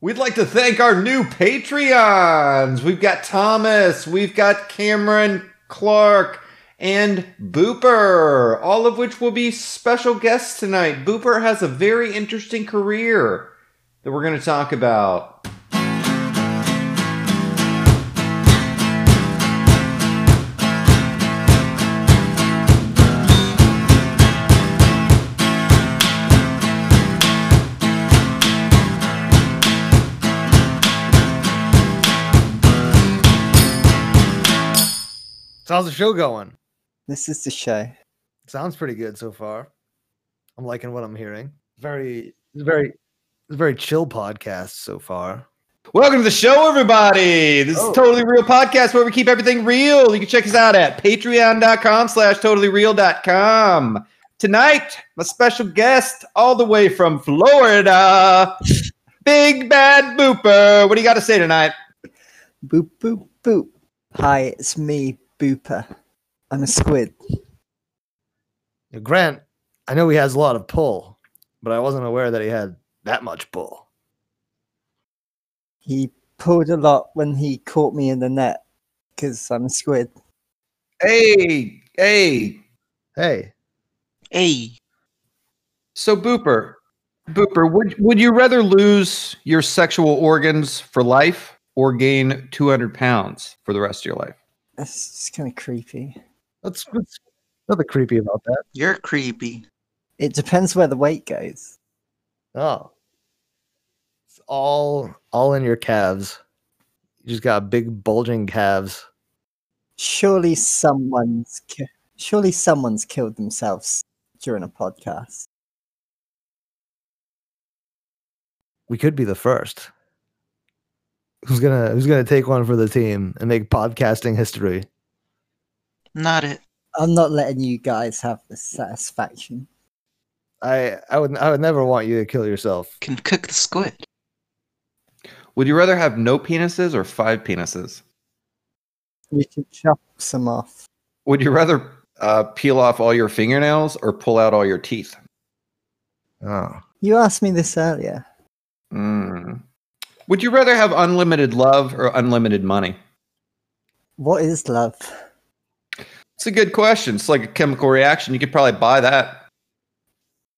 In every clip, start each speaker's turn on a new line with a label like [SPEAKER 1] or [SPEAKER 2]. [SPEAKER 1] We'd like to thank our new Patreons. We've got Thomas, we've got Cameron Clark, and Booper, all of which will be special guests tonight. Booper has a very interesting career that we're going to talk about.
[SPEAKER 2] So how's the show going?
[SPEAKER 3] This is the show.
[SPEAKER 2] Sounds pretty good so far. I'm liking what I'm hearing. Very, it's very, it's a very chill podcast so far.
[SPEAKER 1] Welcome to the show, everybody. This
[SPEAKER 2] Oh.
[SPEAKER 1] is Totally Real Podcast where we keep everything real. You can check us out at patreon.com slash totallyreal.com. Tonight, my special guest all the way from Florida, Big Bad Booper. What do you got to say tonight?
[SPEAKER 3] Boop, boop, boop. Hi, it's me, Booper. I'm a squid.
[SPEAKER 2] Now, Grant, I know he has a lot of pull, but I wasn't aware that he had that much pull.
[SPEAKER 3] He pulled a lot when he caught me in the net because I'm a squid.
[SPEAKER 1] Hey, hey.
[SPEAKER 2] Hey,
[SPEAKER 4] Hey,
[SPEAKER 1] So, Booper, Booper, would, would you rather lose your sexual organs for life or gain 200 pounds for the rest of your life?
[SPEAKER 3] That's just kind of creepy.
[SPEAKER 2] that's, that's nothing creepy about that.
[SPEAKER 4] you're creepy.
[SPEAKER 3] It depends where the weight goes.
[SPEAKER 2] Oh, it's all all in your calves. You just got big bulging calves.
[SPEAKER 3] Surely someone's ki- surely someone's killed themselves during a podcast.
[SPEAKER 2] We could be the first. Who's gonna Who's gonna take one for the team and make podcasting history?
[SPEAKER 4] Not it.
[SPEAKER 3] I'm not letting you guys have the satisfaction.
[SPEAKER 2] I I would I would never want you to kill yourself.
[SPEAKER 4] Can cook the squid.
[SPEAKER 1] Would you rather have no penises or five penises?
[SPEAKER 3] We should chop some off.
[SPEAKER 1] Would you rather uh, peel off all your fingernails or pull out all your teeth?
[SPEAKER 2] Oh,
[SPEAKER 3] You asked me this earlier.
[SPEAKER 1] Mm. Would you rather have unlimited love or unlimited money?
[SPEAKER 3] What is love?
[SPEAKER 1] It's a good question. It's like a chemical reaction. You could probably buy that.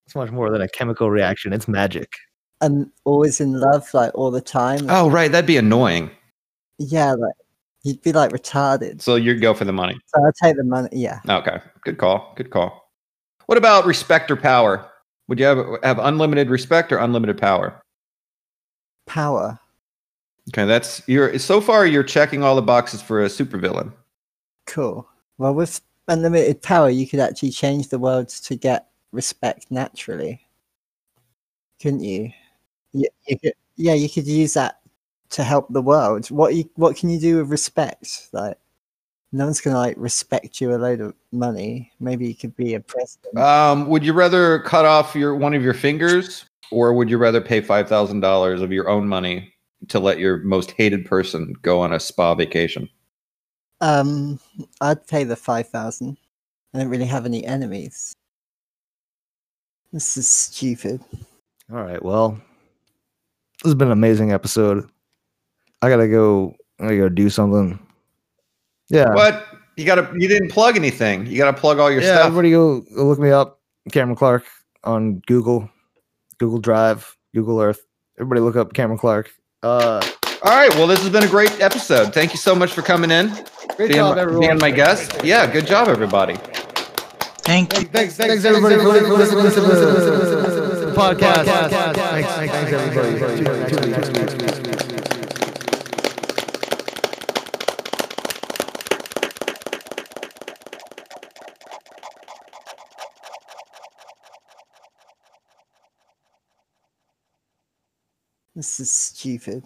[SPEAKER 2] it's much more than a chemical reaction. It's magic.
[SPEAKER 3] I'm always in love, like all the time.
[SPEAKER 1] Oh, right. That'd be annoying.
[SPEAKER 3] Yeah, like you'd be like retarded.
[SPEAKER 1] So you'd go for the money.
[SPEAKER 3] So I'll take the money. Yeah.
[SPEAKER 1] Okay. Good call. Good call. What about respect or power? Would you have, have unlimited respect or unlimited power?
[SPEAKER 3] Power.
[SPEAKER 1] Okay, that's you're so far you're checking all the boxes for a supervillain.
[SPEAKER 3] Cool. Well, with unlimited power, you could actually change the world to get respect naturally. Couldn't you? Yeah, you could, yeah, you could use that to help the world. What you, what can you do with respect? Like, no one's gonna like respect you a load of money. Maybe you could be a president.
[SPEAKER 1] Um, would you rather cut off your one of your fingers, or would you rather pay five thousand dollars of your own money to let your most hated person go on a spa vacation?
[SPEAKER 3] Um, I'd pay the five thousand. I don't really have any enemies. This is stupid.
[SPEAKER 2] All right. Well, this has been an amazing episode. I gotta go. I gotta go do something. Yeah.
[SPEAKER 1] What you got? to You didn't plug anything. You got to plug all your
[SPEAKER 2] yeah.
[SPEAKER 1] stuff.
[SPEAKER 2] Everybody go go look me up, Cameron Clark on Google, Google Drive, Google Earth. Everybody look up Cameron Clark. Uh,
[SPEAKER 1] All right. Well, this has been a great episode. Thank you so much for coming in,
[SPEAKER 2] great
[SPEAKER 1] being,
[SPEAKER 2] job, everyone.
[SPEAKER 1] being my guest. Yeah, good job, everybody.
[SPEAKER 4] Thank you.
[SPEAKER 2] Thanks, thanks, everybody for listening, listening, listening, listening, listening, listening to the podcast. Thanks, thanks, thanks, everybody. Tune in next week.
[SPEAKER 3] This is stupid.